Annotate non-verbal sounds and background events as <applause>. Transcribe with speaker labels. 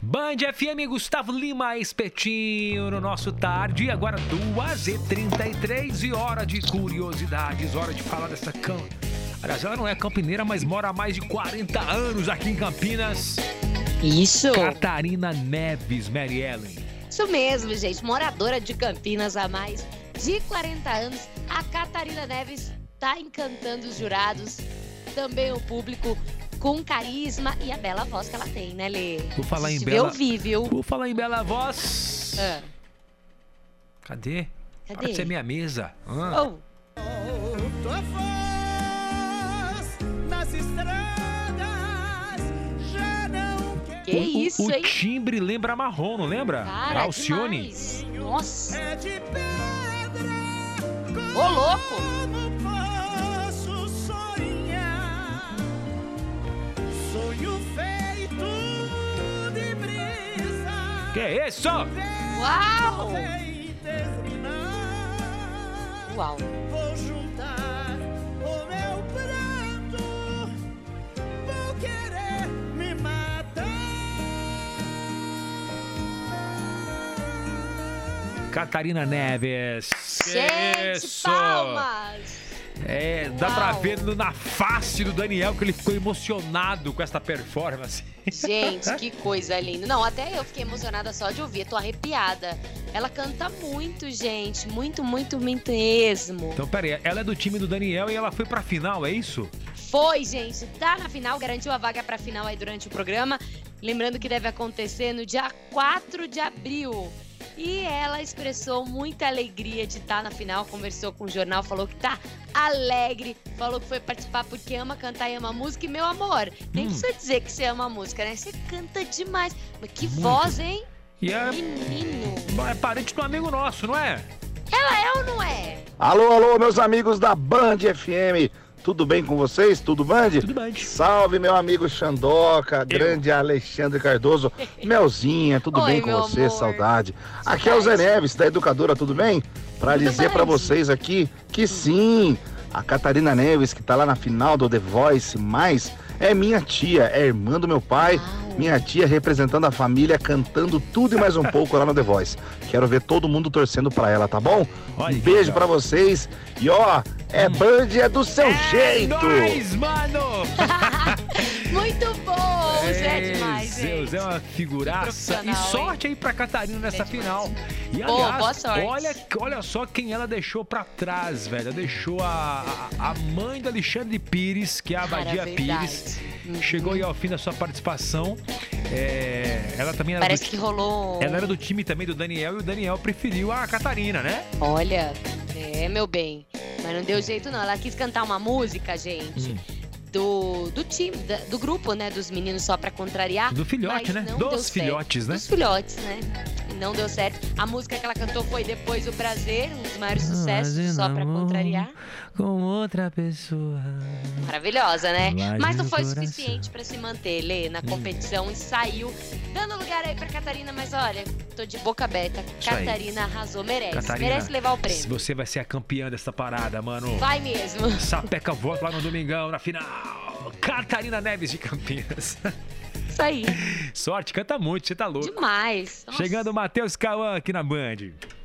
Speaker 1: Band FM Gustavo Lima Espetinho no nosso tarde, agora 2h33 e hora de curiosidades, hora de falar dessa cão. Aliás, ela não é campineira, mas mora há mais de 40 anos aqui em Campinas.
Speaker 2: Isso.
Speaker 1: Catarina Neves, Mary Ellen.
Speaker 2: Isso mesmo, gente. Moradora de Campinas há mais de 40 anos, a Catarina Neves está encantando os jurados, também o público, com carisma e a bela voz que ela tem, né, Lê?
Speaker 1: Vou falar em
Speaker 2: Se
Speaker 1: bela-
Speaker 2: Eu vi, viu?
Speaker 1: Vou falar em bela voz.
Speaker 2: Ah,
Speaker 1: Cadê? Para de
Speaker 2: cadê?
Speaker 1: ser é minha mesa. Ah.
Speaker 2: Oh,
Speaker 3: Tua voz nas estradas já não quer.
Speaker 2: que
Speaker 1: O- o-
Speaker 2: isso,
Speaker 1: o,
Speaker 2: hein?
Speaker 1: timbre lembra marrom, não lembra?
Speaker 2: Cara,
Speaker 1: Alcione.
Speaker 2: demais. Nossa,
Speaker 3: É de pedra.
Speaker 2: ô louco!
Speaker 3: Como posso sonhar? Sonho feito de brisa.
Speaker 1: Que é isso?
Speaker 2: Uau!
Speaker 3: Vem terminar.
Speaker 2: Uau!
Speaker 3: Vou juntar o meu pranto. Vou querer me matar.
Speaker 1: Catarina Neves. Que
Speaker 2: Gente,
Speaker 1: isso?
Speaker 2: palmas!
Speaker 1: É, dá
Speaker 2: Uau.
Speaker 1: pra ver no- na face do Daniel que ele ficou emocionado com esta performance.
Speaker 2: Gente, que coisa linda. Não, até eu fiquei emocionada só de ouvir, tô arrepiada. Ela canta muito, gente. Muito, muito, muito mesmo.
Speaker 1: Então, pera aí, ela é do time do Daniel e ela foi pra final, é isso?
Speaker 2: Foi, gente. Tá na final, garantiu a vaga pra final aí durante o programa. Lembrando que deve acontecer no dia 4 de abril. E ela expressou muita alegria de estar na final, conversou com o jornal, falou que tá alegre, falou que foi participar porque ama cantar e ama música. E, meu amor, nem
Speaker 1: Hum.
Speaker 2: precisa dizer que você ama música, né? Você canta demais. Mas que
Speaker 1: Muito.
Speaker 2: voz, hein?
Speaker 1: E é,
Speaker 2: Menino.
Speaker 1: é parente do amigo nosso, não é?
Speaker 2: Ela é ou não é? <laughs>
Speaker 4: Alô, alô, meus amigos da Band FM. Tudo bem com vocês? Tudo Band?
Speaker 1: Tudo bem.
Speaker 4: Salve, meu amigo Xandoca, grande Alexandre Cardoso. Melzinha, tudo
Speaker 2: <laughs> Oi,
Speaker 4: bem com
Speaker 2: meu
Speaker 4: você?
Speaker 2: amor.
Speaker 4: Saudade. Aqui é o Zé
Speaker 2: Saudade.
Speaker 4: Neves, da Educadora, tudo bem? Pra
Speaker 2: Tudo
Speaker 4: dizer pra
Speaker 2: bem.
Speaker 4: vocês aqui que sim, a Catarina Neves, que tá lá na final do The Voice, mais é minha tia, é irmã do meu pai.
Speaker 2: Uau.
Speaker 4: Minha tia representando a família, cantando tudo e mais um pouco lá no The Voice. Quero ver todo mundo torcendo pra ela, tá bom?
Speaker 1: Olha
Speaker 4: um
Speaker 1: que
Speaker 4: beijo
Speaker 1: legal.
Speaker 4: pra vocês. E ó,
Speaker 2: Hum.
Speaker 4: é Band, é do seu jeito.
Speaker 1: É nóis, mano!
Speaker 2: Muito bom! Zé é
Speaker 1: Ei,
Speaker 2: demais,
Speaker 1: Zeus
Speaker 2: gente.
Speaker 1: é uma figuraça. E
Speaker 2: Profissional,
Speaker 1: sorte aí pra Catarina nessa
Speaker 2: demais.
Speaker 1: final. E
Speaker 2: Boa,
Speaker 1: aliás,
Speaker 2: boa sorte.
Speaker 1: Olha, olha só quem ela deixou pra trás, velho. Ela deixou a, a a mãe do Alexandre Pires, que é a
Speaker 2: Cara,
Speaker 1: Abadia
Speaker 2: verdade.
Speaker 1: Pires.
Speaker 2: Uhum.
Speaker 1: Chegou aí ao fim da sua participação. É, ela também era
Speaker 2: Parece
Speaker 1: do,
Speaker 2: que rolou. um-
Speaker 1: ela era do time também do Daniel e o Daniel preferiu a Catarina, né?
Speaker 2: Olha, é, meu bem. Mas não
Speaker 1: É.
Speaker 2: deu jeito, não. Ela quis cantar uma música, gente,
Speaker 1: Hum.
Speaker 2: do, do time, da- do grupo, né? Dos meninos, só pra contrariar.
Speaker 1: Do filhote,
Speaker 2: Mas
Speaker 1: né?
Speaker 2: não deu
Speaker 1: Dos
Speaker 2: certo.
Speaker 1: filhotes, né?
Speaker 2: Dos filhotes, né? E Não deu certo. A música que ela cantou foi Depois do Prazer, um dos maiores
Speaker 1: Ah,
Speaker 2: sucessos, só pra contrariar.
Speaker 1: Com outra pessoa.
Speaker 2: Maravilhosa, né?
Speaker 1: Vai
Speaker 2: Mas não
Speaker 1: no
Speaker 2: foi
Speaker 1: coração.
Speaker 2: suficiente pra se manter, Lê, na competição e saiu, dando lugar aí pra Catarina. Mas olha, tô de boca aberta.
Speaker 1: Isso aí.
Speaker 2: Catarina arrasou, merece.
Speaker 1: Catarina,
Speaker 2: Merece levar o prêmio.
Speaker 1: Você vai ser a campeã dessa parada, mano.
Speaker 2: Vai mesmo.
Speaker 1: Sapeca voto lá no Domingão, na final. Catarina Neves de Campinas. <laughs>
Speaker 2: Isso aí.
Speaker 1: Sorte, canta muito, você tá louco.
Speaker 2: Demais. Nossa.
Speaker 1: Chegando o Matheus Cauã aqui na Band.